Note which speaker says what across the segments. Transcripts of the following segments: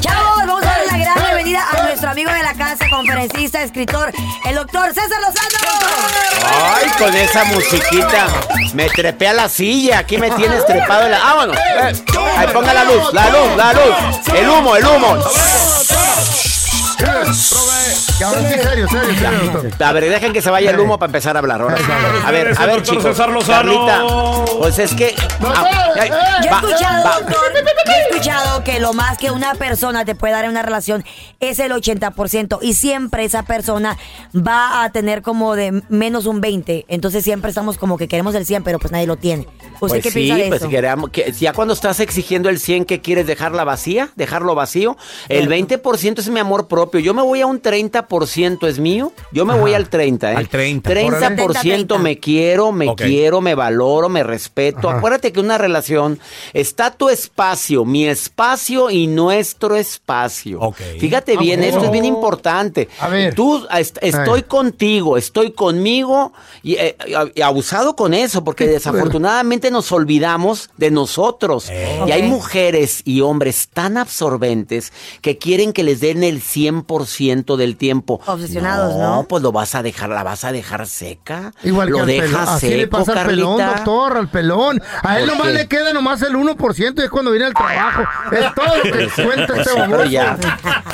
Speaker 1: Chavos, vamos a darle la gran bienvenida a nuestro amigo de la casa, conferencista, escritor, el doctor César Lozano.
Speaker 2: Ay, con esa musiquita. Me trepé a la silla. Aquí me tienes trepado. En la... Vámonos. Eh, Ahí ponga la luz, la luz, la luz. El humo, el humo.
Speaker 3: Ya, ahora sí, serio, serio, serio, doctor.
Speaker 2: A ver, dejen que se vaya el humo para empezar a hablar. ahora sí. A ver, a ver,
Speaker 4: Doctor
Speaker 2: chicos.
Speaker 4: César Lozano.
Speaker 2: Carlita, pues es que. ah, ay,
Speaker 1: Yo eh, he
Speaker 2: va-
Speaker 1: escuchado,
Speaker 2: va-
Speaker 1: doctor, yo he escuchado que lo más que una persona te puede dar en una relación es el 80% y siempre esa persona va a tener como de menos un 20. Entonces siempre estamos como que queremos el 100, pero pues nadie lo tiene. ¿Usted
Speaker 2: Pues
Speaker 1: qué
Speaker 2: sí,
Speaker 1: piensa de
Speaker 2: pues
Speaker 1: eso?
Speaker 2: queramos que- ya cuando estás exigiendo el 100, ¿qué quieres? ¿Dejarla vacía? ¿Dejarlo vacío? El 20% es mi amor propio. Yo me voy a un 30%, ¿es mío? Yo me voy al 30, ¿eh?
Speaker 4: Al 30.
Speaker 2: 30% me quiero, me
Speaker 4: Ok.
Speaker 2: quiero, me valoro, me respeto. Acuérdate que una relación está tu espacio, mi espacio y nuestro espacio.
Speaker 4: Ok.
Speaker 2: Fíjate bien,
Speaker 3: Ah, bueno.
Speaker 2: esto es bien importante.
Speaker 3: A ver.
Speaker 2: Tú est- estoy
Speaker 3: Ay.
Speaker 2: contigo, estoy conmigo y eh, y abusado con eso porque desafortunadamente Desafortunadamente nos olvidamos de nosotros.
Speaker 3: Eh.
Speaker 2: Y hay
Speaker 1: Ok.
Speaker 2: mujeres y hombres tan absorbentes que quieren que les den el 100% del tiempo.
Speaker 1: Obsesionados, ¿no?
Speaker 2: pues lo vas a dejar, la vas a dejar seca.
Speaker 3: Igual
Speaker 2: lo
Speaker 3: que al pelón.
Speaker 2: dejas
Speaker 3: Así le
Speaker 2: seco,
Speaker 3: pasa al pelón,
Speaker 2: Carlita.
Speaker 3: doctor, al pelón. A él
Speaker 2: ¿Por
Speaker 3: nomás
Speaker 2: qué?
Speaker 3: le queda nomás el 1% y es cuando viene el trabajo. Es todo lo
Speaker 2: Pues sí,
Speaker 3: que cuenta
Speaker 2: pues
Speaker 3: este
Speaker 2: sí, pero
Speaker 3: baboso.
Speaker 2: ya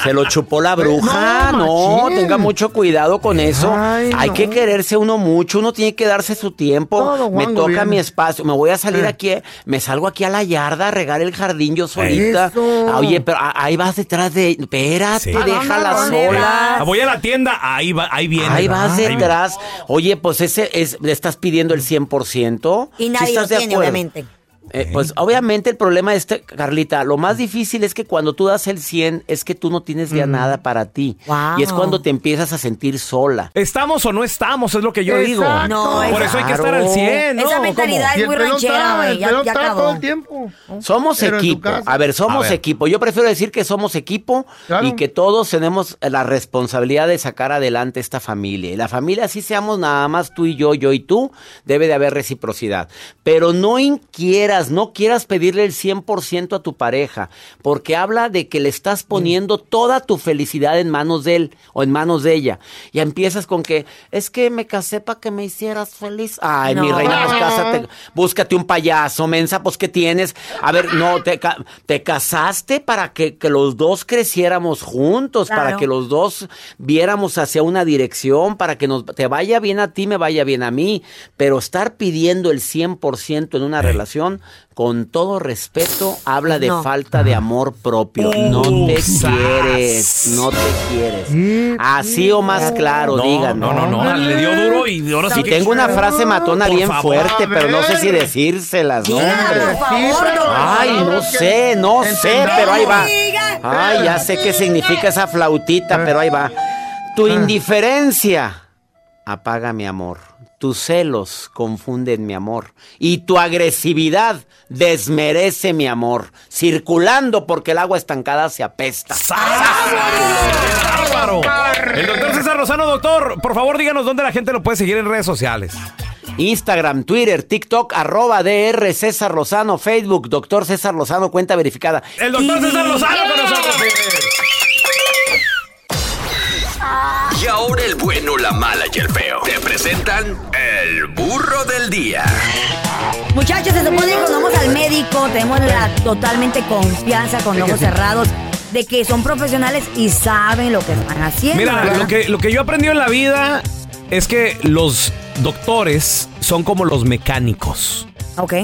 Speaker 2: se lo chupó la bruja.
Speaker 3: No,
Speaker 2: No,
Speaker 3: machín.
Speaker 2: tenga mucho cuidado con eso.
Speaker 3: Ay,
Speaker 2: Hay
Speaker 3: no.
Speaker 2: que quererse uno mucho. Uno tiene que darse su
Speaker 3: Todo
Speaker 2: tiempo. Me
Speaker 3: guango
Speaker 2: toca
Speaker 3: viene.
Speaker 2: mi espacio. Me voy a salir
Speaker 3: Eh.
Speaker 2: aquí. Me salgo aquí a la yarda a regar el jardín yo solita.
Speaker 3: Eso.
Speaker 2: Ah, Oye, pero a- ahí vas detrás de. Espérate,
Speaker 4: Sí.
Speaker 2: déjala
Speaker 1: ¿A dónde
Speaker 2: sola.
Speaker 1: vas?
Speaker 4: Ah, voy a la tienda, ahí va, ahí viene.
Speaker 2: Ahí vas
Speaker 4: Ahí viene.
Speaker 2: detrás. Oye, pues ese es, le estás pidiendo el 100%.
Speaker 1: Y
Speaker 2: ¿Sí
Speaker 1: nadie lo
Speaker 2: estás de
Speaker 1: tiene,
Speaker 2: acuerdo?
Speaker 1: obviamente.
Speaker 2: Eh, pues obviamente el problema de este, Carlita, lo más difícil es que cuando tú das el 100 es que tú no tienes ya nada para ti.
Speaker 1: Wow.
Speaker 2: Y es cuando te empiezas a sentir sola.
Speaker 4: ¿Estamos o no estamos? Es lo que yo digo.
Speaker 3: Exacto.
Speaker 1: No,
Speaker 4: Por eso hay que
Speaker 2: Claro.
Speaker 4: estar al 100, ¿no?
Speaker 1: Esa
Speaker 4: ¿Cómo?
Speaker 3: Y
Speaker 1: mentalidad es
Speaker 3: el
Speaker 1: muy
Speaker 3: pelón
Speaker 1: ranchera,
Speaker 3: está-
Speaker 1: güey.
Speaker 3: el
Speaker 1: Ya,
Speaker 3: pelón
Speaker 1: ya
Speaker 3: está todo
Speaker 1: acabó.
Speaker 3: el tiempo.
Speaker 2: Somos
Speaker 3: Pero en tu
Speaker 2: equipo.
Speaker 3: casa.
Speaker 2: A ver, somos
Speaker 4: A ver.
Speaker 2: equipo. Yo prefiero decir que somos equipo
Speaker 3: Claro.
Speaker 2: y que todos tenemos la responsabilidad de sacar adelante esta familia. Y la familia, así seamos nada más tú y yo, yo y tú, debe de haber reciprocidad. Pero no in- quieras, no quieras pedirle el 100% a tu pareja, porque habla de que le
Speaker 3: Mm.
Speaker 2: estás poniendo toda tu felicidad en manos de él o en manos de ella. Y empiezas con que, es que me casé para que me hicieras feliz. Ay, mi
Speaker 1: No.
Speaker 2: reina, pues
Speaker 3: Ah.
Speaker 2: cásate. Búscate un payaso, mensa, pues ¿qué tienes? A ver, no, te, ca- te casaste para que, que los dos creciéramos juntos, para
Speaker 1: Claro.
Speaker 2: que los dos viéramos hacia una dirección, para que nos, te vaya bien a ti, me vaya bien a mí. Pero estar pidiendo el 100% en una relación, con todo respeto, habla de
Speaker 1: No.
Speaker 2: falta
Speaker 4: Ah.
Speaker 2: de amor
Speaker 4: Oh.
Speaker 2: propio. No te
Speaker 4: Usas.
Speaker 2: quieres, no te quieres. Así o más claro,
Speaker 4: Mm. No,
Speaker 2: díganme.
Speaker 4: no, no, no, le dio duro y ahora sí
Speaker 2: Si
Speaker 4: que-
Speaker 2: tengo una frase matona
Speaker 4: Por
Speaker 2: bien
Speaker 4: favor.
Speaker 2: fuerte, pero no sé
Speaker 3: ver.
Speaker 2: si decírselas, ¿no,
Speaker 1: Dígala,
Speaker 2: hombre?
Speaker 1: por favor, don
Speaker 2: Ay, no sé, no sé, pero ahí va. Ay, ya sé qué significa esa
Speaker 4: Ah.
Speaker 2: flautita, pero ahí va. Tu indiferencia apaga mi amor. Tus celos confunden mi amor. Y tu agresividad desmerece mi amor. Circulando porque el agua estancada se apesta.
Speaker 4: ¡Sas! ¡Bárbaro! El doctor César Rosano, doctor, por favor díganos dónde la gente lo puede seguir en redes sociales.
Speaker 2: Instagram, Twitter, TikTok, arroba DR César Lozano, Facebook, Doctor César Lozano, cuenta verificada.
Speaker 4: El doctor César Rosano con nosotros.
Speaker 5: Y ahora el bueno, la mala y el feo. Te presentan el burro del día.
Speaker 1: Muchachos, se supone que cuando vamos al médico tenemos la totalmente confianza con ojos cerrados de que son profesionales y saben lo que están haciendo.
Speaker 4: Mira,
Speaker 1: ¿verdad?
Speaker 4: lo que, lo que yo aprendí en la vida es que los doctores son como los mecánicos.
Speaker 1: Ok,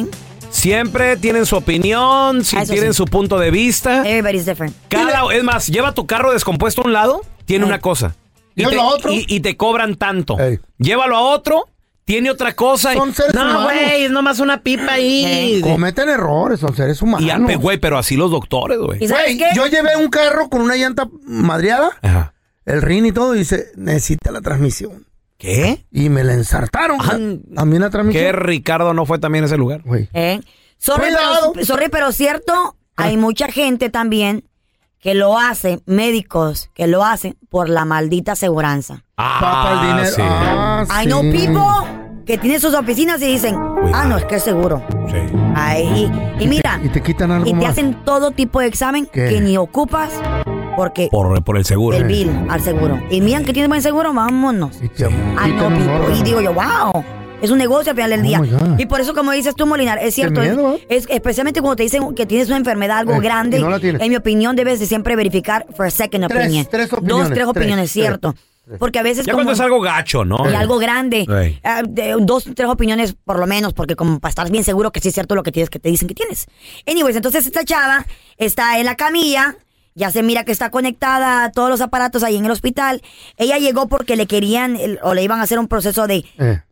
Speaker 4: Siempre tienen su opinión, si
Speaker 1: Ah, eso
Speaker 4: tienen
Speaker 1: sí.
Speaker 4: su punto de vista.
Speaker 1: everybody's different.
Speaker 4: Cada, es más, lleva tu carro descompuesto a un lado, tiene una cosa. Y
Speaker 3: Lleva
Speaker 4: te,
Speaker 3: lo otro.
Speaker 4: y- y te cobran tanto.
Speaker 3: Ey.
Speaker 4: Llévalo a otro, tiene otra cosa. y-
Speaker 3: Son seres
Speaker 4: no,
Speaker 3: humanos.
Speaker 4: güey, es nomás una pipa ahí.
Speaker 3: Cometen errores, son seres
Speaker 4: Y ya,
Speaker 3: humanos.
Speaker 4: pe- güey, pero así los doctores, güey.
Speaker 1: ¿Y sabes
Speaker 3: Güey,
Speaker 1: qué?
Speaker 3: yo llevé un carro con una llanta madreada,
Speaker 4: Ajá.
Speaker 3: el rin y todo, y dice, necesita la transmisión.
Speaker 4: ¿Qué?
Speaker 3: Y me la ensartaron.
Speaker 4: Ah,
Speaker 3: También la transmisión.
Speaker 4: ¿Qué Ricardo no fue también a ese lugar?
Speaker 3: Güey.
Speaker 1: ¿Eh? Sorry,
Speaker 3: Cuidado.
Speaker 1: pero, sorry, pero cierto, hay mucha gente también que lo hace, médicos que lo hacen por la maldita aseguranza.
Speaker 3: Papa el dinero.
Speaker 4: sí.
Speaker 3: Ah,
Speaker 1: Hay
Speaker 3: sí.
Speaker 1: no people que tienen sus oficinas y dicen, ah, no, es que es seguro.
Speaker 4: Sí.
Speaker 1: Ay, y, y mira,
Speaker 3: Y te quitan algo
Speaker 1: y te
Speaker 3: más.
Speaker 1: hacen todo tipo de examen
Speaker 3: ¿Qué?
Speaker 1: que ni ocupas porque
Speaker 4: Por, por el seguro.
Speaker 1: Eh, el bill al seguro. Y miran que tiene buen seguro, vámonos.
Speaker 3: Y te
Speaker 1: Ay, no,
Speaker 3: quitan un
Speaker 1: Pipo.
Speaker 3: órgano.
Speaker 1: Y digo yo, wow. Es un negocio al final del
Speaker 3: Oh
Speaker 1: día.
Speaker 3: my God.
Speaker 1: y por eso, como dices tú, Molinar, es cierto.
Speaker 3: Qué
Speaker 1: es-
Speaker 3: miedo, ¿eh?
Speaker 1: es- especialmente cuando te dicen que tienes una enfermedad, algo
Speaker 3: Eh,
Speaker 1: grande.
Speaker 3: y no la tienes.
Speaker 1: En mi opinión, debes de siempre verificar for a second
Speaker 3: Tres,
Speaker 1: opinion.
Speaker 3: tres
Speaker 1: Dos,
Speaker 3: opiniones,
Speaker 1: tres
Speaker 3: tres,
Speaker 1: opiniones,
Speaker 3: tres,
Speaker 1: cierto. Porque a veces.
Speaker 4: Ya
Speaker 1: como-
Speaker 4: cuando es algo gacho, ¿no?
Speaker 1: y algo grande.
Speaker 4: Ey.
Speaker 1: Ah, de- dos, tres opiniones por lo menos, porque como para estar bien seguro que sí es cierto lo que tienes que te dicen que tienes. Anyways, entonces esta chava está en la camilla, ya se mira que está conectada a todos los aparatos ahí en el hospital. Ella llegó porque le querían el- o le iban a hacer un proceso de
Speaker 3: Eh,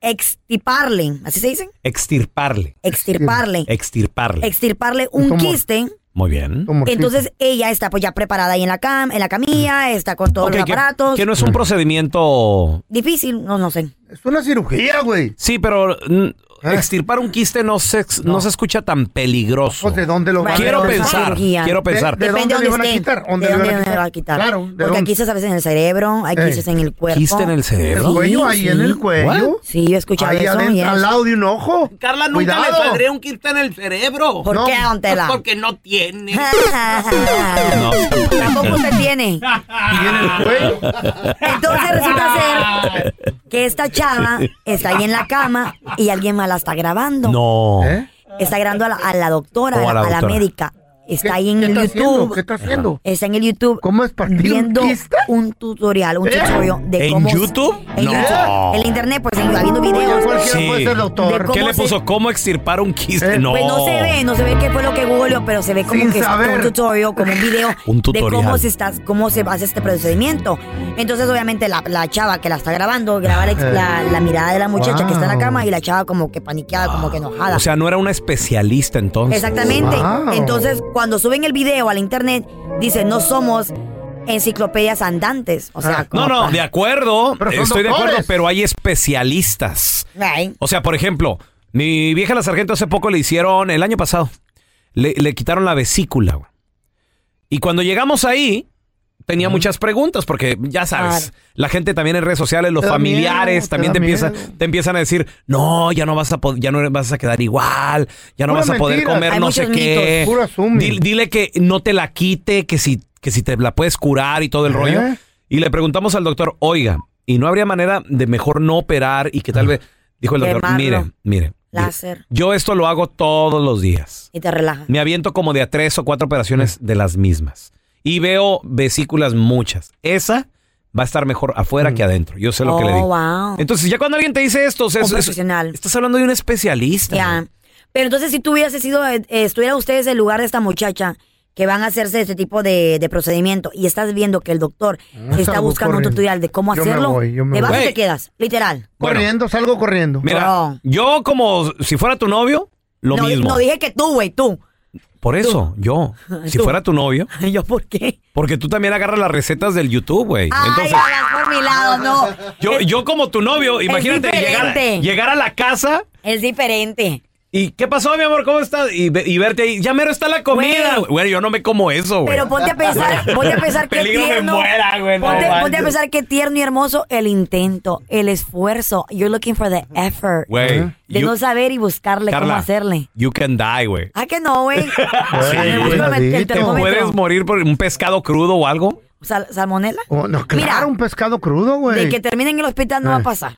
Speaker 1: extirparle, ¿así se dicen?
Speaker 4: Extirparle.
Speaker 1: Extirparle.
Speaker 4: Extirparle.
Speaker 1: Extirparle un
Speaker 3: Tumor.
Speaker 1: quiste.
Speaker 4: Muy bien.
Speaker 3: como
Speaker 1: Entonces ella está pues ya preparada ahí en la, cam en la camilla, está con todos
Speaker 4: Ok,
Speaker 1: los
Speaker 4: que-
Speaker 1: aparatos.
Speaker 4: que no
Speaker 3: Mm.
Speaker 4: es un procedimiento
Speaker 1: Difícil, no, no sé.
Speaker 3: Es una cirugía, güey.
Speaker 4: Sí, pero mm,
Speaker 3: ¿Eh?
Speaker 4: extirpar un quiste no se, ex- no. se escucha tan peligroso.
Speaker 3: Pues de dónde lo van
Speaker 4: quiero
Speaker 3: a
Speaker 1: Pero es
Speaker 4: pensar,
Speaker 1: cirugía.
Speaker 4: quiero pensar.
Speaker 3: ¿De
Speaker 1: Depende
Speaker 3: dónde le van a
Speaker 1: esté,
Speaker 3: quitar? ¿Dónde
Speaker 1: de
Speaker 3: le van a
Speaker 1: dónde le
Speaker 3: quitar?
Speaker 1: van a quitar?
Speaker 3: Claro, ¿de
Speaker 1: Porque
Speaker 3: dónde?
Speaker 1: aquí se a veces en el cerebro, hay
Speaker 3: Ey.
Speaker 1: quistes en el cuerpo.
Speaker 4: ¿Quiste en el
Speaker 3: El
Speaker 4: cerebro?
Speaker 3: cuello,
Speaker 1: Sí,
Speaker 3: ahí
Speaker 1: sí.
Speaker 3: en el cuello.
Speaker 1: Sí, yo he escuchado
Speaker 3: ahí
Speaker 1: eso,
Speaker 3: adentro,
Speaker 1: yes.
Speaker 3: al lado de un ojo. Cuidado.
Speaker 6: un quiste en el cerebro.
Speaker 1: ¿Por
Speaker 3: No,
Speaker 1: qué, don Tela?
Speaker 6: no tiene.
Speaker 4: No.
Speaker 1: Tampoco usted tiene.
Speaker 3: Y en el cuello.
Speaker 1: Entonces resulta ser que esta chava está ahí en la cama y alguien más la está grabando.
Speaker 4: No.
Speaker 3: ¿Eh?
Speaker 1: Está grabando a la, a la doctora,
Speaker 4: O a
Speaker 1: a
Speaker 4: la
Speaker 1: la, a la
Speaker 4: doctora.
Speaker 1: médica.
Speaker 3: ¿Qué-
Speaker 1: Está ahí en
Speaker 3: qué
Speaker 1: el
Speaker 3: está haciendo?
Speaker 1: YouTube.
Speaker 3: ¿Qué está haciendo?
Speaker 1: Está en el YouTube.
Speaker 3: ¿Cómo es partir un
Speaker 1: Viendo
Speaker 3: quiste?
Speaker 1: un tutorial, un
Speaker 3: ¿Eh?
Speaker 1: tutorial de
Speaker 4: ¿En
Speaker 1: cómo.
Speaker 4: YouTube?
Speaker 1: En
Speaker 4: No.
Speaker 1: YouTube. En la internet, pues, en- habiendo
Speaker 3: Oye,
Speaker 1: videos.
Speaker 3: cualquiera
Speaker 4: Sí.
Speaker 3: puede ser doctor.
Speaker 1: De
Speaker 4: ¿Qué
Speaker 1: ¿Cómo
Speaker 4: le
Speaker 1: se-
Speaker 4: puso? ¿Cómo extirpar un quiste?
Speaker 3: Eh,
Speaker 4: No.
Speaker 1: Pues no se ve, no se ve qué fue lo que googleó, pero se ve como
Speaker 3: Sin
Speaker 1: que es
Speaker 3: saber.
Speaker 1: un tutorial, como un video
Speaker 4: Un
Speaker 1: de
Speaker 4: tutorial.
Speaker 1: cómo se está, cómo se hace este procedimiento. Entonces, obviamente, la, la chava que la está grabando, graba la, la- la mirada de la muchacha que está en la
Speaker 3: Wow.
Speaker 1: cama y la chava como que paniqueada, como que enojada.
Speaker 4: O sea, no era una especialista entonces.
Speaker 1: Exactamente.
Speaker 3: Wow.
Speaker 1: Entonces, cuando suben el video a la internet, dicen, no somos enciclopedias andantes. O
Speaker 3: Ah.
Speaker 1: sea,
Speaker 4: No, no, de acuerdo.
Speaker 3: Pero son
Speaker 4: Estoy de
Speaker 3: doctores.
Speaker 4: acuerdo, pero hay especialistas.
Speaker 1: Ay,
Speaker 4: O sea, por ejemplo, mi vieja la sargento hace poco le hicieron, el año pasado, le, le quitaron la vesícula. güey. Y cuando llegamos ahí, tenía muchas preguntas, porque ya sabes, la gente también en redes sociales, los
Speaker 3: Te da
Speaker 4: familiares
Speaker 3: miedo, te da
Speaker 4: también te, empieza,
Speaker 3: miedo.
Speaker 4: te empiezan a decir, no, ya no vas a po- ya no vas a quedar igual, ya no
Speaker 3: Puras
Speaker 4: vas a poder
Speaker 3: mentiras.
Speaker 4: comer
Speaker 1: Hay
Speaker 4: no
Speaker 1: muchos
Speaker 4: sé qué.
Speaker 3: mitos, puras humis.
Speaker 4: Dile, dile que no te la quite, que si, que si te la puedes curar y todo el
Speaker 3: ¿Eh?
Speaker 4: rollo. Y le preguntamos al doctor, oiga, ¿y no habría manera de mejor no operar y que tal vez... Dijo el doctor,
Speaker 1: Quemarlo.
Speaker 4: mire, mire.
Speaker 1: Láser.
Speaker 4: Yo esto lo hago todos los días.
Speaker 1: y te relajas.
Speaker 4: Me aviento como de a tres o cuatro operaciones de las mismas. Y veo vesículas muchas. Esa va a estar mejor afuera que adentro. Yo sé lo que le
Speaker 1: Oh,
Speaker 4: digo.
Speaker 1: wow.
Speaker 4: Entonces, ya cuando alguien te dice esto, o sea,
Speaker 1: Un
Speaker 4: es- es-
Speaker 1: profesional.
Speaker 4: estás hablando de un especialista.
Speaker 1: Ya. Pero entonces si tú hubiese sido, eh, estuviera ustedes en lugar de esta muchacha que van a hacerse este tipo de, de procedimiento y estás viendo que el doctor
Speaker 3: Ah,
Speaker 1: está
Speaker 3: salgo
Speaker 1: buscando
Speaker 3: corriendo.
Speaker 1: un tutorial de cómo
Speaker 3: Yo me
Speaker 1: hacerlo,
Speaker 3: voy, yo me
Speaker 1: te vas
Speaker 4: voy.
Speaker 1: y te
Speaker 4: Güey.
Speaker 1: quedas, literal.
Speaker 4: Bueno.
Speaker 3: Corriendo, salgo corriendo.
Speaker 4: Mira,
Speaker 1: No.
Speaker 4: yo como si fuera tu novio, lo
Speaker 1: Oh. no,
Speaker 4: mismo.
Speaker 1: no dije que tú, güey, tú.
Speaker 4: Por eso, yo, si
Speaker 1: Tú.
Speaker 4: fuera tu novio,
Speaker 1: ¿Yo por qué?
Speaker 4: porque tú también agarras las recetas del YouTube, güey.
Speaker 1: Ay,
Speaker 4: Entonces,
Speaker 1: hagas por mi lado, no.
Speaker 4: yo, yo como tu novio, imagínate llegar,
Speaker 1: diferente.
Speaker 4: llegar a la casa
Speaker 1: Es diferente.
Speaker 4: y ¿qué pasó, mi amor? ¿Cómo estás? Y, ve- y verte ahí, ya mero está la comida.
Speaker 1: Güey.
Speaker 4: Güey, yo no me como eso, güey.
Speaker 1: Pero ponte a pensar, ponte a pensar que
Speaker 4: Peligro me
Speaker 1: tierno.
Speaker 4: muera, güey, no
Speaker 1: ponte,
Speaker 4: manches.
Speaker 1: ponte a pensar que tierno y hermoso el intento, el esfuerzo. You're looking for the effort.
Speaker 4: Güey,
Speaker 1: De
Speaker 4: you-
Speaker 1: no saber y buscarle
Speaker 4: Carla,
Speaker 1: cómo hacerle.
Speaker 4: You can die, güey.
Speaker 1: Ah, que no, güey. Tenemos
Speaker 3: Ah, güey.
Speaker 1: que meter el
Speaker 3: ¿Te
Speaker 4: ¿Te
Speaker 1: termómetro.
Speaker 4: puedes morir por un pescado crudo o algo?
Speaker 1: Sal- ¿Salmonela?
Speaker 3: Oh, no, claro,
Speaker 1: Mira.
Speaker 3: un pescado crudo,
Speaker 1: De
Speaker 3: güey.
Speaker 1: que termine en el hospital no va a
Speaker 3: Ah.
Speaker 1: pasar.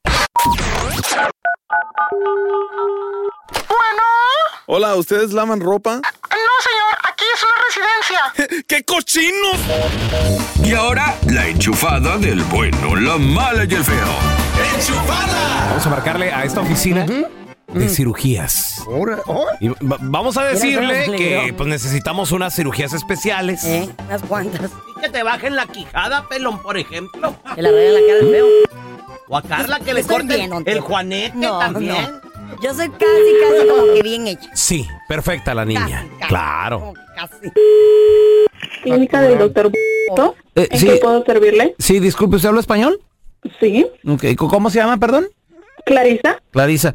Speaker 7: Hola, ¿ustedes lavan ropa?
Speaker 5: ¡Qué cochinos! Y ahora, la enchufada del bueno, la mala y el feo.
Speaker 4: Vamos a marcarle a esta oficina de cirugías.
Speaker 3: Mm. Ahora- oh. ahora-
Speaker 4: Y va- vamos a decirle
Speaker 1: Mira,
Speaker 4: que pues, necesitamos unas cirugías especiales.
Speaker 1: ¿Eh? Unas cuantas.
Speaker 6: Y que te bajen la quijada, pelón, por ejemplo.
Speaker 1: Que la raya la cara del feo.
Speaker 6: O a Carla que le
Speaker 8: Estoy
Speaker 6: corten
Speaker 8: bien, don
Speaker 6: el
Speaker 8: Tela.
Speaker 6: juanete
Speaker 1: No,
Speaker 6: también.
Speaker 1: no. Yo soy casi, casi como que...
Speaker 8: bien hecho.
Speaker 4: Sí, perfecta la niña.
Speaker 8: casi.
Speaker 4: Claro.
Speaker 8: Casi.
Speaker 9: Clínica del doctor
Speaker 4: Eh,
Speaker 9: ¿En qué puedo servirle?
Speaker 4: sí, disculpe, ¿usted habla español?
Speaker 9: Sí.
Speaker 4: ¿Cómo se llama, perdón?
Speaker 9: Clarisa,
Speaker 4: Clarisa.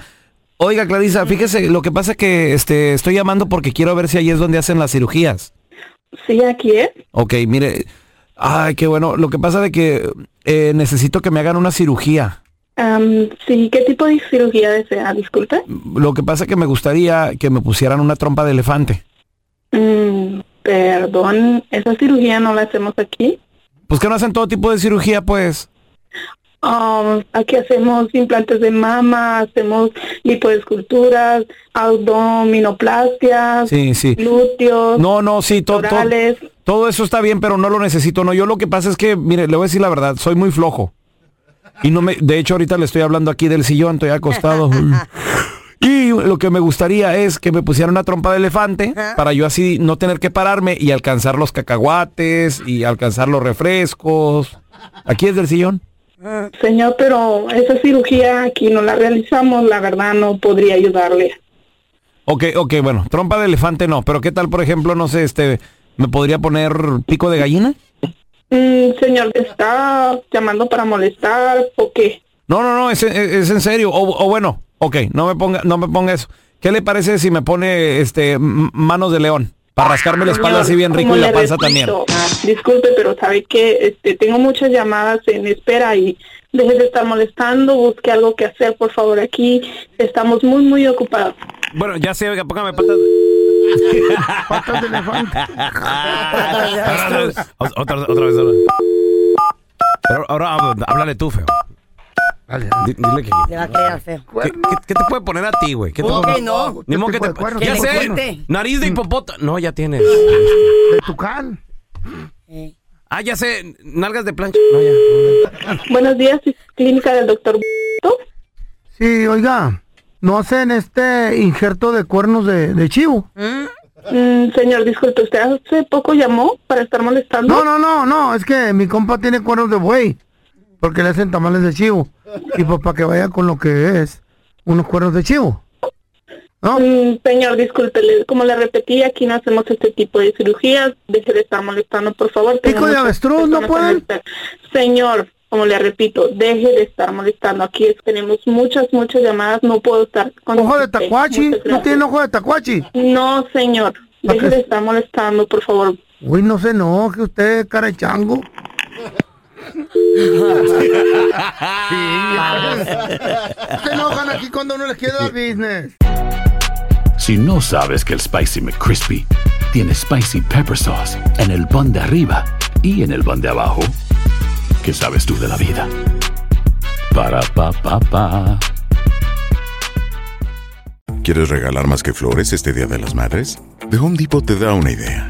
Speaker 4: Oiga, Clarisa, fíjese, lo que pasa es que este, estoy llamando porque quiero ver si ahí es donde hacen las cirugías.
Speaker 9: sí, aquí es.
Speaker 4: Ok, mire. Ay, qué bueno. Lo que pasa de que eh, necesito que me hagan una cirugía.
Speaker 9: Am, sí, ¿qué tipo de cirugía desea? Disculpe.
Speaker 4: Lo que pasa que me gustaría que me pusieran una trompa de elefante.
Speaker 9: Mm, perdón, esa cirugía no la hacemos aquí.
Speaker 4: Pues que no hacen todo tipo de cirugía, pues.
Speaker 9: Am, aquí hacemos implantes de mama, hacemos lipoesculturas, abdominoplastias,
Speaker 4: Sí, sí.
Speaker 9: glúteos,
Speaker 4: No, no, sí, todo, todo,
Speaker 9: orales.
Speaker 4: todo eso está bien, pero no lo necesito. No, yo lo que pasa es que, mire, le voy a decir la verdad, soy muy flojo. Y no me, de hecho, ahorita le estoy hablando aquí del sillón, estoy acostado. Y lo que me gustaría es que me pusieran una trompa de elefante para yo así no tener que pararme y alcanzar los cacahuates y alcanzar los refrescos. Aquí es del sillón.
Speaker 9: Señor, pero esa cirugía aquí no la realizamos, la verdad no podría ayudarle.
Speaker 4: Ok, ok, bueno, trompa de elefante no, pero ¿qué tal, por ejemplo, no sé, este, me podría poner pico de gallina?
Speaker 9: Mm, señor, ¿te está llamando para molestar o qué?
Speaker 4: No, no, no, es, es- es en serio. O, o bueno, ok, no me ponga, no me ponga eso. ¿Qué le parece si me pone este m- manos de león? Para rascarme la espalda así bien rico
Speaker 9: Como
Speaker 4: y la
Speaker 9: le
Speaker 4: panza
Speaker 9: repito,
Speaker 4: también.
Speaker 9: ah, Disculpe, pero sabe que este, tengo muchas llamadas en espera y deje de estar molestando, busque algo que hacer, por favor, aquí estamos muy, muy ocupados.
Speaker 4: Bueno, ya sé, oiga, póngame patas.
Speaker 3: Patas de elefante.
Speaker 4: otra, vez, otra, vez, otra vez. Pero ahora hab- háblale tú, feo.
Speaker 3: Dale,
Speaker 4: Di- Dile que.
Speaker 1: Le va a creer al feo.
Speaker 4: ¿Qué, qué- qué te puede poner a ti, güey? ¿Qué te
Speaker 6: ¿Cómo
Speaker 4: puede-
Speaker 6: que no?
Speaker 4: Ni modo
Speaker 3: ¿Qué
Speaker 4: que
Speaker 3: tipo
Speaker 4: te.
Speaker 3: de cuernos?
Speaker 4: Ya
Speaker 3: ¿Qué
Speaker 4: sé,
Speaker 6: cuente?
Speaker 4: nariz de hipopota. No, ya tienes.
Speaker 3: De tucán.
Speaker 4: Ah, ya sé, nalgas de plancha. No, ya.
Speaker 9: Buenos días, clínica del doctor.
Speaker 3: Sí, oiga, ¿no hacen este injerto de cuernos de, de chivo?
Speaker 1: ¿Mm?
Speaker 9: Mm, señor, disculpe, ¿usted hace poco llamó para estar molestando?
Speaker 3: No, no, no, no, es que mi compa tiene cuernos de buey, porque le hacen tamales de chivo. Y pues para que vaya con lo que es unos cuernos de chivo. ¿No?
Speaker 9: Mm, señor, disculpe, le- como le repetí, aquí no hacemos este tipo de cirugías. Deje de estar molestando, por favor.
Speaker 3: Pico
Speaker 9: Tenemos
Speaker 3: de
Speaker 9: muchas
Speaker 3: avestruz, ¿no
Speaker 9: personas en
Speaker 3: pueden?
Speaker 9: espera. Señor, como le repito, deje de estar molestando. Aquí es- tenemos muchas, muchas llamadas. No puedo estar con
Speaker 3: Ojo de
Speaker 9: usted.
Speaker 3: tacuachi,
Speaker 9: Muchas
Speaker 3: ¿no
Speaker 9: gracias.
Speaker 3: tiene ojo de tacuachi?
Speaker 9: No, señor. Deje de estar molestando, por favor.
Speaker 3: Uy, no se enoje usted, cara de chango. Sí, ya. se enojan aquí cuando uno les quiere dar business.
Speaker 10: Si no sabes que el Spicy McCrispy tiene Spicy Pepper Sauce en el pan de arriba y en el pan de abajo, ¿qué sabes tú de la vida? Para, pa, pa, pa.
Speaker 7: ¿Quieres regalar más que flores este Día de las Madres? The Home Depot te da una idea.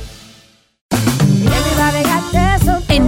Speaker 8: En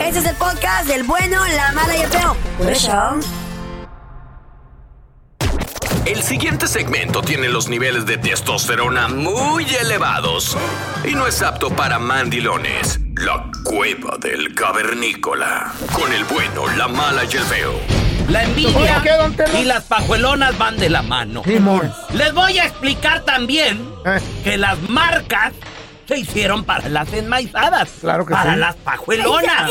Speaker 1: Este es el podcast del bueno, la mala y el feo. Por eso.
Speaker 5: El siguiente segmento tiene los niveles de testosterona muy elevados y no es apto para mandilones. La cueva del cavernícola. Con el bueno, la mala y el feo.
Speaker 6: La envidia y las pajuelonas van de la mano.
Speaker 3: Simón.
Speaker 6: Les voy a explicar también
Speaker 3: Eh.
Speaker 6: que las marcas se hicieron para las enmaizadas.
Speaker 3: Claro que
Speaker 6: Para
Speaker 3: sí.
Speaker 6: las pajuelonas.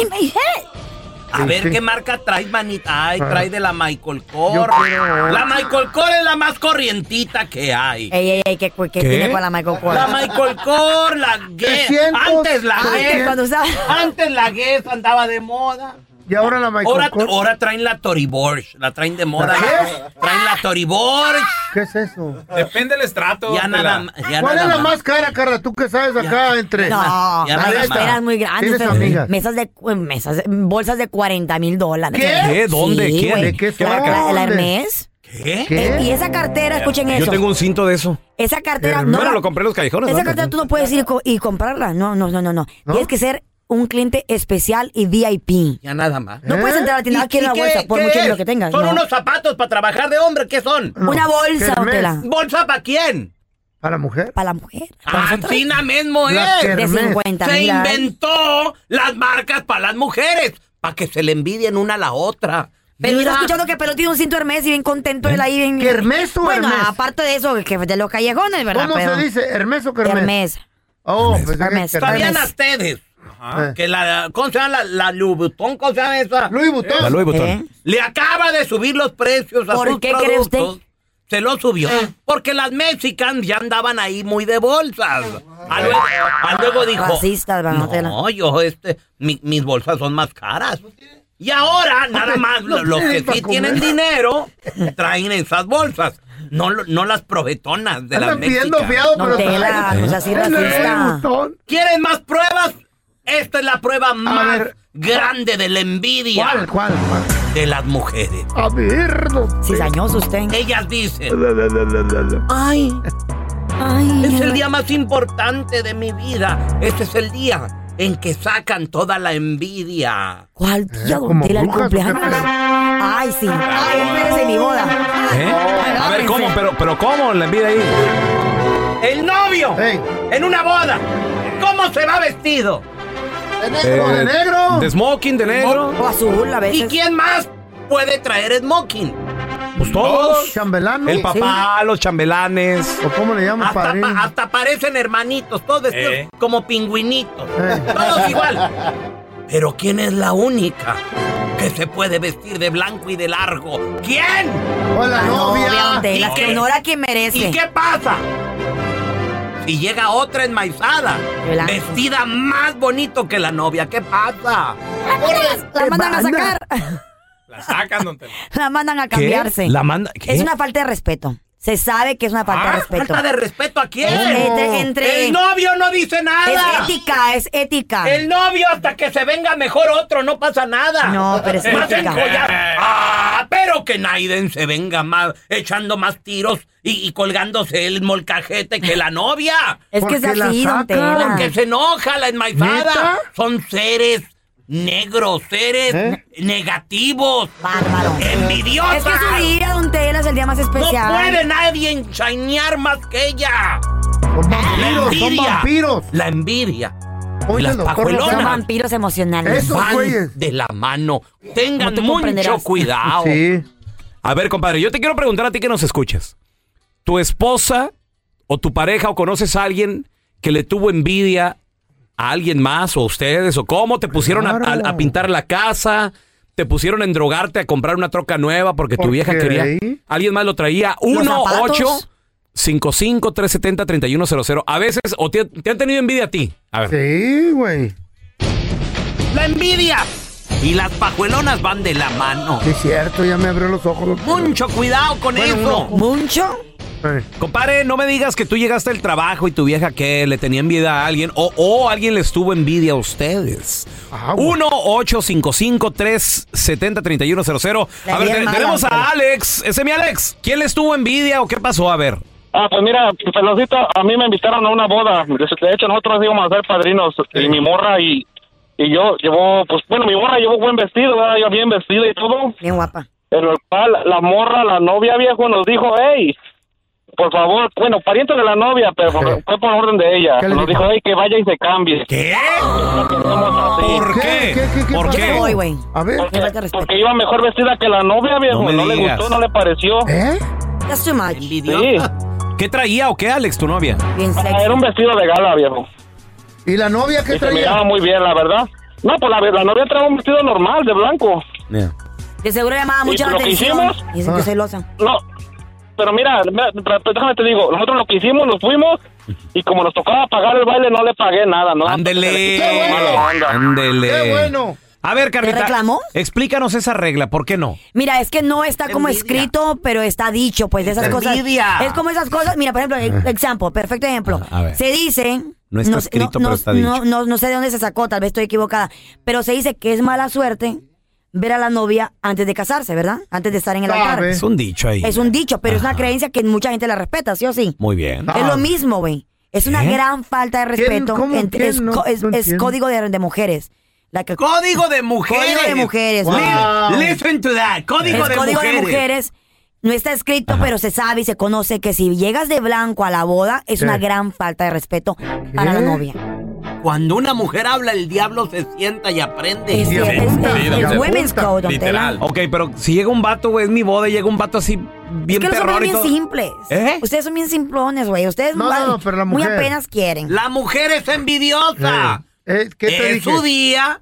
Speaker 6: A
Speaker 3: Sí,
Speaker 6: ver
Speaker 3: sí.
Speaker 6: qué marca traes, manita. Ay,
Speaker 3: Ah.
Speaker 6: trae de la Michael
Speaker 3: Yo
Speaker 6: Kors.
Speaker 3: quiero-
Speaker 6: La Michael Kors es la más corrientita que hay.
Speaker 1: Ey, ey, ey, ¿qué, qué,
Speaker 6: ¿Qué?
Speaker 1: tiene con la Michael Kors?
Speaker 6: La Michael Kors, la Guess.
Speaker 1: 300,
Speaker 6: Antes la
Speaker 1: Ay,
Speaker 6: Guess.
Speaker 1: cuando usaba-
Speaker 6: Antes la Guess andaba de moda.
Speaker 3: Y ahora la Michael
Speaker 6: Ahora,
Speaker 3: Kors.
Speaker 6: ahora traen la Tory Burch. La traen de moda. Traen la Tory Burch.
Speaker 3: ¿Qué es eso?
Speaker 4: Depende del estrato.
Speaker 6: Ya nada
Speaker 4: más.
Speaker 6: más. ya
Speaker 3: ¿Cuál es
Speaker 6: nada
Speaker 3: la
Speaker 6: más.
Speaker 3: más cara, Carla? ¿Tú qué sabes acá entre?
Speaker 1: No,
Speaker 6: Ya
Speaker 1: pero
Speaker 6: nada más.
Speaker 1: eran muy grandes.
Speaker 3: ¿Tienes
Speaker 1: pero
Speaker 3: amigas?
Speaker 1: Mesas de, cu- mesas de- bolsas de 40 mil dólares.
Speaker 3: ¿Qué?
Speaker 4: ¿Qué? ¿Dónde?
Speaker 1: Sí,
Speaker 4: ¿Quién?
Speaker 1: güey.
Speaker 3: ¿De qué
Speaker 1: La-
Speaker 3: son?
Speaker 1: la- ¿La
Speaker 3: ¿Dónde?
Speaker 1: Hermes?
Speaker 6: ¿Qué?
Speaker 1: Eh,
Speaker 3: ¿Qué?
Speaker 1: Y esa cartera, escuchen
Speaker 4: Yo
Speaker 1: eso.
Speaker 4: tengo un cinto de eso.
Speaker 1: Esa cartera
Speaker 3: Hermes.
Speaker 1: no.
Speaker 4: Bueno,
Speaker 1: la-
Speaker 4: lo compré en los callejones.
Speaker 1: Esa
Speaker 4: ¿no?
Speaker 1: cartera tú no puedes ir co- y comprarla. No, no, no, no, no.
Speaker 3: ¿No?
Speaker 1: Tienes que ser un cliente especial y VIP.
Speaker 6: Ya nada más.
Speaker 1: No
Speaker 3: ¿Eh?
Speaker 1: puedes entrar a la tienda.
Speaker 6: ¿Y-
Speaker 1: Ah, quiero
Speaker 6: y
Speaker 1: una
Speaker 6: qué-
Speaker 1: bolsa, por
Speaker 6: qué
Speaker 1: mucho
Speaker 6: es?
Speaker 1: dinero que tengas.
Speaker 6: Son
Speaker 1: no.
Speaker 6: unos zapatos para trabajar de hombre. ¿Qué son?
Speaker 1: Una bolsa,
Speaker 3: Hermes.
Speaker 1: Otela.
Speaker 6: ¿Bolsa para quién? Ah,
Speaker 3: ¿A la mujer?
Speaker 1: Para la mujer.
Speaker 6: Antina mismo ¿eh?
Speaker 3: La
Speaker 6: es.
Speaker 3: que-
Speaker 1: De
Speaker 3: Hermes.
Speaker 1: 50
Speaker 6: Se
Speaker 1: mil dólares.
Speaker 6: inventó las marcas para las mujeres. Para que se le envidien una a la otra.
Speaker 1: Pero
Speaker 6: Mira.
Speaker 1: está escuchando que Pelón tiene un cinto Hermes y bien contento él ahí. Bien,
Speaker 3: ¿Que Hermes o
Speaker 1: Bueno, ah,
Speaker 3: Hermes?
Speaker 1: aparte de eso, que de los callejones, ¿verdad?
Speaker 3: ¿Cómo
Speaker 1: Pero-
Speaker 3: se dice? ¿Hermes o Kermés?
Speaker 1: Hermes.
Speaker 3: Oh, pues
Speaker 1: Hermes.
Speaker 6: ¿Sabían
Speaker 1: Hermes.
Speaker 6: ustedes Ah, que la, ¿cómo se llama? La, la Louis Vuitton, ¿cómo se llama esa?
Speaker 3: Luis
Speaker 4: La
Speaker 3: Butón.
Speaker 4: Louis Vuitton.
Speaker 1: ¿Eh?
Speaker 6: Le acaba de subir los precios a
Speaker 1: ¿Por
Speaker 6: sus
Speaker 1: qué cree
Speaker 6: productos.
Speaker 1: usted? Ah.
Speaker 6: Se lo subió. Porque las mexicanas ya andaban ahí muy de bolsas. A luego, a luego dijo.
Speaker 1: Ah, Racistas, Van Otela.
Speaker 6: No, yo, este, mi- mis bolsas son más caras.
Speaker 4: Pues
Speaker 6: Y ahora, nada más,
Speaker 3: no
Speaker 6: lo- los
Speaker 3: tienen
Speaker 6: que
Speaker 3: pa'
Speaker 6: sí
Speaker 3: comer.
Speaker 6: tienen dinero traen esas bolsas. No, lo- no las projetonas de las
Speaker 3: Andan pidiendo
Speaker 6: mexicanas.
Speaker 3: fiado,
Speaker 1: No,
Speaker 3: pero...
Speaker 1: Tela,
Speaker 3: traen-
Speaker 1: pues así
Speaker 3: Es Luis
Speaker 1: racista.
Speaker 3: Butón.
Speaker 6: Ah. ¿Quieren más pruebas? Esta es la prueba más
Speaker 3: ver.
Speaker 6: grande de la envidia
Speaker 3: ¿Cuál, cuál? cuál?
Speaker 6: de las mujeres.
Speaker 3: A ver, no.
Speaker 1: Cizañoso usted.
Speaker 6: Ellas dicen,
Speaker 3: La, la, la, la, la, la.
Speaker 6: ay,
Speaker 1: Ay,
Speaker 6: es el día más importante de mi vida. Este es el día en que sacan toda la envidia.
Speaker 1: ¿Cuál día, don
Speaker 3: Eh, como
Speaker 1: Tela, el
Speaker 3: brujas,
Speaker 1: cumpleaños?
Speaker 3: ¿o qué pedo?
Speaker 1: Ay, sí. Ay, espérese mi boda.
Speaker 4: ¿Eh? A ver, ¿cómo? Pero, pero ¿cómo? La envidia ahí.
Speaker 6: El novio
Speaker 3: Ey.
Speaker 6: en una boda. ¿Cómo se va vestido?
Speaker 3: ¿De negro, de negro?
Speaker 4: Eh, De smoking, de negro.
Speaker 1: O azul a
Speaker 6: ¿Y
Speaker 1: veces.
Speaker 6: quién más puede traer smoking?
Speaker 4: Pues todos.
Speaker 3: ¿Chambelano?
Speaker 4: El papá, los chambelanes.
Speaker 3: ¿O cómo le llaman,
Speaker 6: Hasta,
Speaker 3: padrino?
Speaker 6: pa- hasta parecen hermanitos, todos vestidos
Speaker 4: Eh.
Speaker 6: como pingüinitos.
Speaker 3: Eh.
Speaker 6: Todos igual. Pero ¿quién es la única que se puede vestir de blanco y de largo? ¿Quién?
Speaker 3: O la
Speaker 1: Novia, don
Speaker 3: novia.
Speaker 1: Tela,
Speaker 6: ¿Y
Speaker 1: que
Speaker 6: qué?
Speaker 1: honor a quien merece.
Speaker 6: ¿Y qué pasa? Si llega otra enmaizada,
Speaker 1: Blanco.
Speaker 6: vestida más bonito que la novia, ¿qué pasa?
Speaker 1: La mandan a sacar.
Speaker 4: La sacan, don
Speaker 1: La mandan a cambiarse.
Speaker 4: La manda. ¿Qué?
Speaker 1: Es una falta de respeto. Se sabe que es una falta de respeto.
Speaker 6: Ah, ¿Falta de respeto a quién?
Speaker 1: Entre, entre-
Speaker 6: El novio no dice nada.
Speaker 1: Es ética, es ética.
Speaker 6: El novio hasta que se venga mejor otro, no pasa nada.
Speaker 1: No, pero es
Speaker 6: Más
Speaker 1: ética.
Speaker 6: encollado. Ah, pero que Naiden se venga más, echando más tiros y, y colgándose el molcajete que la novia.
Speaker 1: Es que es
Speaker 3: ¿Por qué la
Speaker 1: así, don
Speaker 3: sacan?
Speaker 1: Tela.
Speaker 6: Porque se enoja la enmaizada.
Speaker 3: ¿Neta?
Speaker 6: Son seres negros, seres
Speaker 3: ¿Eh?
Speaker 6: negativos,
Speaker 1: Bárbaro.
Speaker 6: envidiosos.
Speaker 1: Es que su día, don Tela, es el día más
Speaker 6: no
Speaker 1: especial.
Speaker 6: puede nadie enchañar más que ella.
Speaker 3: Son
Speaker 6: La
Speaker 3: vampiros, son
Speaker 6: envidia.
Speaker 3: vampiros.
Speaker 6: La envidia.
Speaker 3: Oye,
Speaker 6: las
Speaker 3: doctor,
Speaker 1: Son
Speaker 6: pajuelonas
Speaker 1: vampiros emocionales.
Speaker 3: Eso.
Speaker 6: van
Speaker 3: güeyes.
Speaker 6: de la mano.
Speaker 1: Como
Speaker 6: Tengan
Speaker 1: tú
Speaker 6: mucho
Speaker 1: comprenderás.
Speaker 6: cuidado.
Speaker 3: Sí.
Speaker 4: A ver, compadre, yo te quiero preguntar a ti que nos escuchas. ¿Tu esposa o tu pareja o conoces a alguien que le tuvo envidia a alguien más o a ustedes? ¿O cómo te pusieron a- a, a pintar la casa? ¿Te pusieron a endrogarte a comprar una troca nueva porque tu
Speaker 6: Ok.
Speaker 4: vieja quería? ¿Alguien más lo traía?
Speaker 6: ¿Los
Speaker 4: 1 8
Speaker 6: zapatos?
Speaker 4: 55 370 3100 A veces, o te, te han tenido envidia a ti. A ver.
Speaker 3: Sí, güey.
Speaker 6: La envidia y las pajuelonas van de la mano.
Speaker 3: Sí, es cierto, ya me abrió los ojos.
Speaker 6: Mucho cuidado con eso.
Speaker 1: ¿Mucho?
Speaker 4: Compare, no me digas que tú llegaste al trabajo y tu vieja que le tenía envidia a alguien o, o alguien les tuvo envidia a ustedes. 1-855-370-3100.
Speaker 11: La
Speaker 4: A ver,
Speaker 11: bien
Speaker 4: te-
Speaker 11: mala,
Speaker 4: tenemos
Speaker 11: Ángel.
Speaker 4: a Alex. Ese es mi Alex. ¿Quién les tuvo envidia o qué pasó? A ver.
Speaker 11: Ah, pues mira, pelocito, a mí me invitaron a una boda. De hecho, nosotros íbamos a ser padrinos. Y mi morra y, y yo llevó, pues bueno, mi morra llevó buen vestido, ¿verdad? Yo bien vestida y todo.
Speaker 1: Bien guapa.
Speaker 11: En lo cual la morra, la novia viejo, nos dijo, hey, por favor, bueno, pariente de la novia, pero fue fue por orden de ella.
Speaker 4: ¿Qué le
Speaker 11: Nos
Speaker 4: dijo?
Speaker 11: dijo, hey, que vaya y se cambie.
Speaker 4: ¿Qué?
Speaker 11: ¿Por
Speaker 4: qué?
Speaker 11: ¿Por
Speaker 1: Yo me voy, güey.
Speaker 3: A ver.
Speaker 11: Porque, porque iba mejor vestida que la novia, viejo.
Speaker 4: No me
Speaker 11: No, le
Speaker 4: digas.
Speaker 11: gustó, no le pareció.
Speaker 3: ¿Eh?
Speaker 1: That's too much.
Speaker 11: Sí.
Speaker 4: ¿Qué traía o qué, Alex, tu novia?
Speaker 1: Bien
Speaker 11: Ah, Era un vestido de gala, viejo.
Speaker 3: ¿Y la novia
Speaker 11: qué traía? Se miraba muy bien, la verdad. No, pues la, la novia traía un vestido normal, de blanco.
Speaker 1: De seguro llamaba
Speaker 11: ¿Y
Speaker 1: mucho la
Speaker 11: lo que
Speaker 1: Ah, atención.
Speaker 11: hicimos?
Speaker 1: Dicen que
Speaker 11: Ah.
Speaker 1: soy losa.
Speaker 11: No, pero mira, mira, pero déjame te digo, nosotros lo que hicimos, nos fuimos y como nos tocaba pagar el baile, no le pagué nada, ¿no?
Speaker 4: Ándele. Ándele. A ver, Carlita.
Speaker 1: ¿Te reclamó?
Speaker 4: Explícanos esa regla, ¿por qué no?
Speaker 1: Mira, es que no está como escrito, pero está dicho, pues, de esas
Speaker 4: Envidia.
Speaker 1: cosas. Es como esas cosas. Mira, por ejemplo,
Speaker 4: Ah.
Speaker 1: ejemplo, perfecto ejemplo.
Speaker 4: Ah, a ver.
Speaker 1: Se dicen.
Speaker 4: No está escrito, pero está
Speaker 1: no-
Speaker 4: dicho.
Speaker 1: no- no sé de dónde se sacó, tal vez estoy equivocada. Pero se dice que es mala suerte ver a la novia antes de casarse, ¿verdad? Antes de estar en el altar.
Speaker 4: Es un dicho ahí.
Speaker 1: Es un dicho, pero es una creencia que mucha gente la respeta, ¿sí o sí?
Speaker 4: Muy bien.
Speaker 1: Es lo mismo, güey. Es una
Speaker 4: ¿Eh?
Speaker 1: gran falta de
Speaker 4: ¿Quién?
Speaker 1: respeto.
Speaker 4: ¿Cómo?
Speaker 1: entre-
Speaker 4: ¿Quién?
Speaker 1: es,
Speaker 4: No-
Speaker 1: co- es-
Speaker 4: no
Speaker 1: es
Speaker 4: entiendo.
Speaker 1: código de, de mujeres. La que-
Speaker 4: Código de mujeres.
Speaker 1: Código de mujeres.
Speaker 4: Wow.
Speaker 1: güey.
Speaker 4: Listen to that. Código
Speaker 1: Es
Speaker 4: de
Speaker 1: código
Speaker 4: mujeres.
Speaker 1: de mujeres. No está escrito, pero se sabe y se conoce que si llegas de blanco a la boda es
Speaker 6: Sí.
Speaker 1: una gran falta de respeto para la novia.
Speaker 6: ¿Eh? Cuando una mujer habla, el diablo se sienta y aprende.
Speaker 1: Sí, apunta, es- es- es women's code, don Literal.
Speaker 4: Ok, pero si llega un vato, güey, es mi boda y llega un vato así bien
Speaker 1: es que los hombres
Speaker 4: perrón y
Speaker 1: bien
Speaker 4: todo.
Speaker 1: simples.
Speaker 4: ¿Eh?
Speaker 1: Ustedes son bien simplones, güey. Ustedes
Speaker 4: No,
Speaker 1: van-
Speaker 4: no, pero la
Speaker 1: muy
Speaker 4: mujer.
Speaker 1: apenas quieren.
Speaker 6: La mujer es envidiosa. Eh,
Speaker 3: te
Speaker 6: en
Speaker 3: dije?
Speaker 6: su día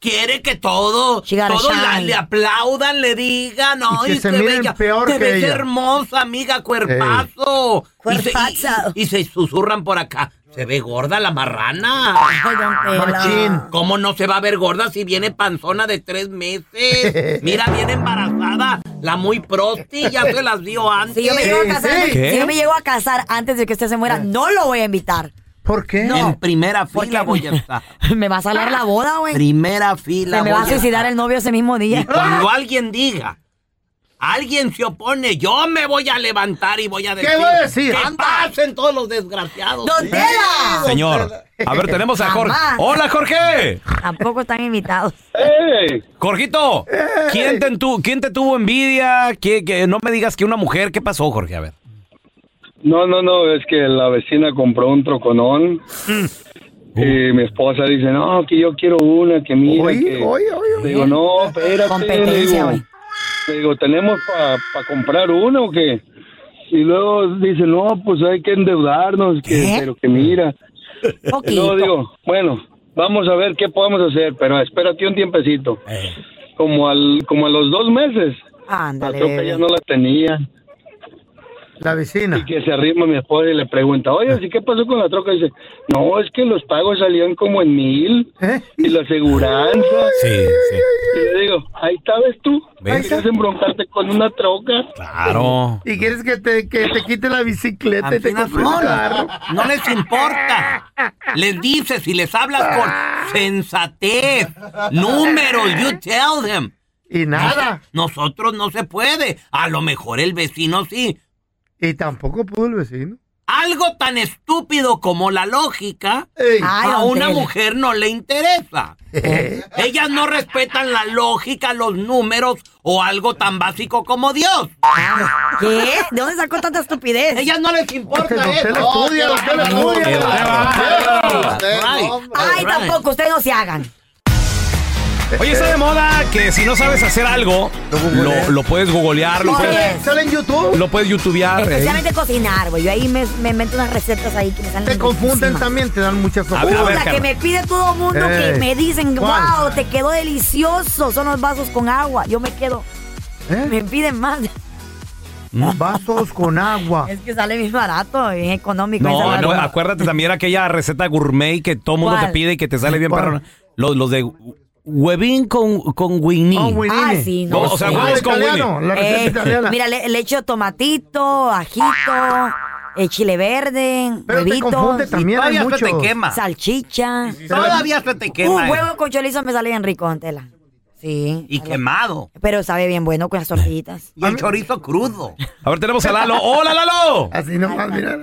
Speaker 6: quiere que todo,
Speaker 1: gotta
Speaker 6: todos la-
Speaker 1: shine.
Speaker 6: le aplaudan, le digan,
Speaker 3: que
Speaker 6: ay,
Speaker 3: se
Speaker 6: te
Speaker 3: miren
Speaker 6: bella,
Speaker 3: peor
Speaker 6: te
Speaker 3: que
Speaker 6: ves
Speaker 3: ella".
Speaker 6: hermosa, amiga, cuerpazo. Y se- y- Y, se susurran por acá. Se ve gorda la marrana.
Speaker 1: Tela. Machín.
Speaker 6: ¿Cómo no se va a ver gorda si viene panzona de tres meses? Mira, viene embarazada.
Speaker 4: Ah.
Speaker 6: La muy prosti ya se las dio antes.
Speaker 1: Si yo me llego a casar, si yo me llego a casar antes de que usted se muera, no lo voy a invitar.
Speaker 3: ¿Por qué?
Speaker 6: En primera fila voy a estar.
Speaker 1: Me va a salir la boda, güey.
Speaker 6: Primera fila.
Speaker 1: Se me va a
Speaker 6: voy
Speaker 1: suicidar el novio ese mismo día.
Speaker 6: Y cuando alguien diga, alguien se opone, yo me voy a levantar y voy a decir.
Speaker 1: voy a decir?
Speaker 6: Que pasen todos los desgraciados.
Speaker 1: ¡Don Tela!
Speaker 4: Ah, Señor. A ver, tenemos a Jorge.
Speaker 1: Jamás.
Speaker 4: Hola, Jorge.
Speaker 1: Tampoco están invitados.
Speaker 4: Jorgito, ¿quién te, entu- quién te tuvo envidia? ¿Qué- qué- no me digas que una mujer. ¿Qué pasó, Jorge? A ver.
Speaker 12: No, no, no, es que la vecina compró un troconón. Y mi esposa dice, no, que yo quiero una, que mira. que... Le Digo, no, espérate.
Speaker 11: Competencia,
Speaker 12: le
Speaker 11: güey.
Speaker 12: digo, Le digo, ¿tenemos para comprar una o qué? Y luego dice, no, pues hay que endeudarnos, que, pero que mira. Y luego digo, bueno, vamos a ver qué podemos hacer, pero espérate un tiempecito. Como, al, como a los dos meses, la
Speaker 1: Ándale.
Speaker 12: troca
Speaker 1: bebé.
Speaker 12: Pues ya no la tenía.
Speaker 3: La vecina. Eh.
Speaker 12: Y que se arrima mi esposa y le pregunta, oye, ¿sí qué pasó con la troca? Y dice, no, es que los pagos salían como en mil.
Speaker 3: ¿Eh?
Speaker 12: Y la aseguranza.
Speaker 4: Sí, sí.
Speaker 12: Y le digo, ahí estabas tú.
Speaker 4: ¿Ves?
Speaker 12: Ahí estás embroncarte con una troca.
Speaker 4: Claro.
Speaker 3: ¿Y quieres que te, que te quite la bicicleta y te
Speaker 6: Apenas
Speaker 3: compre un
Speaker 6: son.
Speaker 3: carro?
Speaker 6: No les importa. Les dices y les hablas con sensatez, números, you tell them.
Speaker 3: Y nada.
Speaker 6: Nosotros no se puede. A lo mejor el vecino sí.
Speaker 3: Y tampoco pudo el vecino.
Speaker 6: Algo tan estúpido como la lógica
Speaker 3: Ay,
Speaker 6: a
Speaker 3: don
Speaker 6: una
Speaker 3: Tela.
Speaker 6: mujer no le interesa. Ellas no respetan la lógica, los números o algo tan básico como Dios.
Speaker 1: ¿Qué? ¿De dónde sacó tanta estupidez?
Speaker 6: Ellas no les importa eso.
Speaker 3: estudia, don Tela estudia.
Speaker 6: Qué bárbaro.
Speaker 1: Ay, tampoco, ustedes no se hagan.
Speaker 4: Oye, está de moda que si no sabes hacer algo, lo, lo puedes googlear, lo puedes,
Speaker 3: ¿Sale en YouTube?
Speaker 4: lo puedes youtubear. eh.
Speaker 1: Especialmente cocinar, güey. Yo ahí me, me meto unas recetas ahí que me salen.
Speaker 3: Te confunden también, te dan muchas
Speaker 4: A ver, a ver,
Speaker 1: La que
Speaker 4: Carla.
Speaker 1: me pide todo mundo
Speaker 3: Ey.
Speaker 1: que me dicen,
Speaker 3: ¿Cuál?
Speaker 1: wow, te quedó delicioso. Son los vasos con agua. Yo me quedo.
Speaker 3: ¿Eh?
Speaker 1: Me piden más.
Speaker 3: Vasos con agua.
Speaker 1: Es que sale bien barato, bien económico.
Speaker 4: No,
Speaker 1: esa
Speaker 4: no,
Speaker 1: barba.
Speaker 4: acuérdate también aquella receta gourmet que todo mundo te
Speaker 1: ¿Cuál?
Speaker 4: pide y que te sale bien
Speaker 3: ¿Cuál?
Speaker 4: perrona. Los, los de huevín con, con winnie.
Speaker 1: Ah, sí, no.
Speaker 4: o sea,
Speaker 1: sé.
Speaker 4: huevos con winnie.
Speaker 1: Eh, Mira, le, le echo tomatito, ajito, eh, chile verde,
Speaker 3: Pero te
Speaker 1: huevitos.
Speaker 3: confunde también, hay Todavía se te muchos. quema.
Speaker 1: Salchicha.
Speaker 3: Todavía se te quema,
Speaker 1: Un
Speaker 3: eh.
Speaker 1: huevo con chorizo me sale bien rico, Antela. Sí.
Speaker 6: Y quemado.
Speaker 1: Pero sabe bien bueno con las tortillitas.
Speaker 6: Y el chorizo crudo.
Speaker 4: A ver, tenemos a Lalo. ¡Hola, Lalo!
Speaker 3: Así nomás, mira.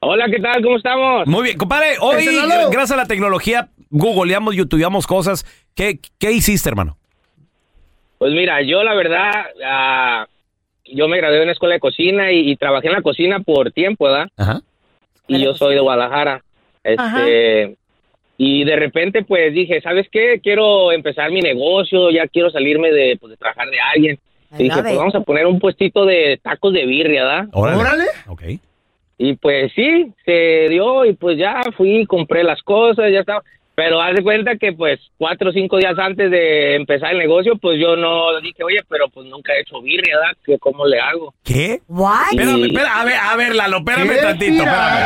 Speaker 13: Hola, ¿qué tal? ¿Cómo estamos?
Speaker 4: Muy bien, compadre. Hoy,
Speaker 13: Ese Lalo.
Speaker 4: gracias a la tecnología, googleamos, youtubeamos cosas. ¿Qué, qué hiciste, hermano?
Speaker 13: Pues mira, yo la verdad, ah, yo me gradué en una escuela de cocina y, y trabajé en la cocina por tiempo, ¿verdad?
Speaker 4: Ajá.
Speaker 13: Y yo soy de Guadalajara. Este, y de repente pues dije, ¿sabes qué? Quiero empezar mi negocio, ya quiero salirme de, pues, de trabajar de alguien. Y dije,
Speaker 14: love
Speaker 13: pues
Speaker 14: it.
Speaker 13: vamos a poner un puestito de tacos de birria, ¿verdad?
Speaker 4: Órale. Ok.
Speaker 13: Y pues sí, se dio y pues ya fui, compré las cosas, ya estaba. Pero haz de cuenta que pues cuatro o cinco días antes de empezar el negocio, pues yo no dije, oye, pero pues nunca he hecho birria, ¿verdad? ¿Qué- ¿Cómo le hago?
Speaker 4: ¿Qué?
Speaker 1: ¿What?
Speaker 4: Espérame, espera, a ver, a ver, Lalo, espérame
Speaker 13: ¿Qué
Speaker 4: tantito, espérame.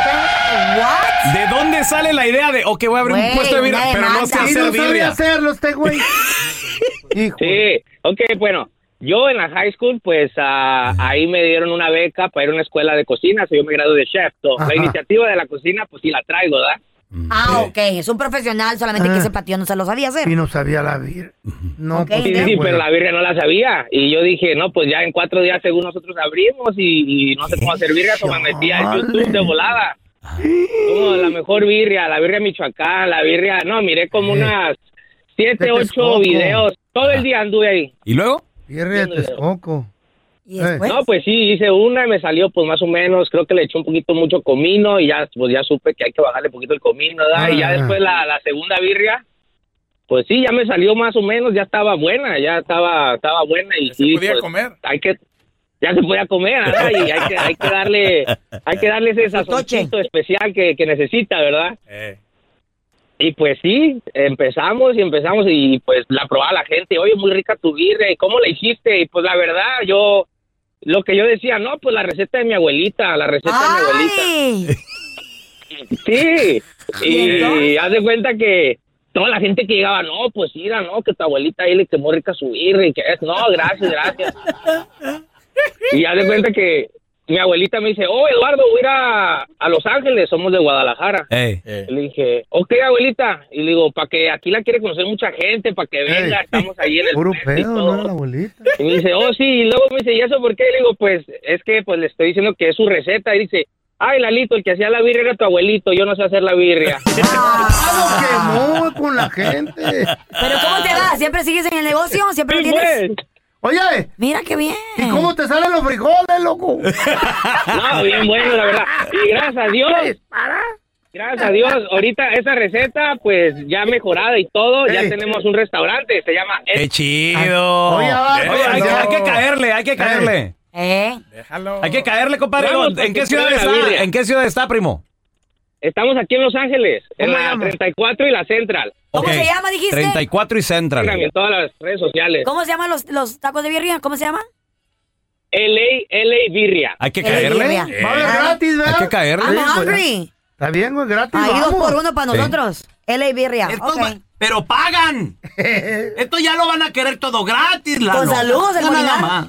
Speaker 4: ¿De dónde sale la idea de, ok, voy a abrir
Speaker 3: Güey,
Speaker 4: un puesto de birria,
Speaker 3: una
Speaker 4: pero no sé
Speaker 3: demanda. Y no
Speaker 4: hacer
Speaker 3: sabe
Speaker 4: birria?
Speaker 3: hacerlo este güey.
Speaker 13: Sí, ok, bueno, yo en la high school, pues ah, ahí me dieron una beca para ir a una escuela de cocina, so yo me gradué de chef. So,
Speaker 1: Ajá.
Speaker 13: la iniciativa de la cocina, pues sí la traigo, ¿verdad?
Speaker 1: Ah, ok. Es un profesional, solamente que ese patio no se lo sabía hacer.
Speaker 3: Y Ah. no sabía la vida. No,
Speaker 1: Ok,
Speaker 3: pues,
Speaker 13: Sí,
Speaker 3: qué
Speaker 13: sí,
Speaker 3: güey.
Speaker 13: pero la birria no la sabía. Y yo dije, no, pues ya en cuatro días según nosotros abrimos y, y no sé cómo hacer birria, so me metí a YouTube de volada. Como la mejor birria, la birria Michoacán, la birria... No, miré como unas siete,
Speaker 3: De
Speaker 13: ocho
Speaker 3: Texcoco.
Speaker 13: videos. Todo el día anduve ahí.
Speaker 4: ¿Y luego?
Speaker 3: Birria de Texcoco. después?
Speaker 13: No, pues sí, hice una y me salió pues más o menos, creo que le eché un poquito mucho comino y ya pues ya supe que hay que bajarle poquito el comino, ¿verdad? y ya
Speaker 15: Ah.
Speaker 13: después la, la segunda birria, pues sí, ya me salió más o menos, ya estaba buena, ya estaba estaba buena y sí,
Speaker 15: podía
Speaker 13: pues,
Speaker 15: comer.
Speaker 13: Hay que ya se podía comer, ¿verdad? Y hay que, hay que darle hay que darle ese sazoncito especial que, que necesita, ¿verdad? Y pues sí, empezamos y empezamos y pues la probaba la gente, oye, muy rica tu birria, ¿y cómo la hiciste? Y pues la verdad, yo, lo que yo decía, no, pues la receta de mi abuelita, la receta de mi abuelita. Sí, y haz de cuenta que toda la gente que llegaba, no, pues mira, no, que tu abuelita ahí le quemó rica su birria y que es, no, gracias, gracias. Y haz de cuenta que mi abuelita me dice, oh, Eduardo, voy a ir a, a Los Ángeles, somos de Guadalajara. Le dije, ok, abuelita. Y le digo, para que aquí la quiere conocer mucha gente, para que venga, estamos ahí en el
Speaker 3: Puro
Speaker 13: puente y
Speaker 3: pedo,
Speaker 13: todo".
Speaker 3: ¿no? La abuelita.
Speaker 13: Y me dice, oh, sí. Y luego me dice, ¿y eso por qué? Le digo, pues, es que pues le estoy diciendo que es su receta. Y dice, ay, Lalito, el que hacía la birria era tu abuelito. Yo no sé hacer la birria.
Speaker 3: pues,
Speaker 1: Ah,
Speaker 3: quemó con la gente.
Speaker 1: Pero ¿cómo te va? ¿Siempre sigues en el negocio? ¿Siempre lo
Speaker 3: pues.
Speaker 1: tienes?
Speaker 3: Oye.
Speaker 1: Mira qué bien.
Speaker 3: ¿Y cómo te salen los frijoles, loco?
Speaker 13: No, bien bueno, la verdad. Y gracias a Dios. Gracias a Dios, ahorita esa receta, pues ya mejorada y todo, ya tenemos un restaurante, se llama...
Speaker 4: ¡Qué chido!
Speaker 13: Oye, va,
Speaker 4: Oye, hay, que,
Speaker 13: no.
Speaker 4: hay que caerle, hay que caerle.
Speaker 1: ¿Eh?
Speaker 4: Déjalo. Hay que caerle, compadre.
Speaker 13: Vamos,
Speaker 4: ¿En
Speaker 13: porque
Speaker 4: qué ciudad
Speaker 13: quiero la
Speaker 4: está?
Speaker 13: birria.
Speaker 4: ¿En qué ciudad está, primo?
Speaker 13: Estamos aquí en Los Ángeles, en la 34 y la Central.
Speaker 1: ¿Cómo
Speaker 4: Ok.
Speaker 1: se llama, dijiste?
Speaker 4: 34 y Central.
Speaker 13: Instagram y en todas las redes sociales.
Speaker 1: ¿Cómo se llaman los, los tacos de birria? ¿Cómo se llaman?
Speaker 13: LA, LA Birria.
Speaker 4: Hay que caerle.
Speaker 1: birria.
Speaker 4: Eh,
Speaker 3: Va a haber gratis, ¿verdad?
Speaker 4: Hay que caerle.
Speaker 1: I'm hungry.
Speaker 3: Está bien, güey, gratis.
Speaker 1: Ahí dos
Speaker 3: vamos.
Speaker 1: por uno para nosotros. LA Birria. ok.
Speaker 6: Pero pagan. Esto ya lo van a querer todo gratis, Lalo.
Speaker 1: Con saludos, el
Speaker 6: Ya nada
Speaker 1: Molinar.
Speaker 6: más.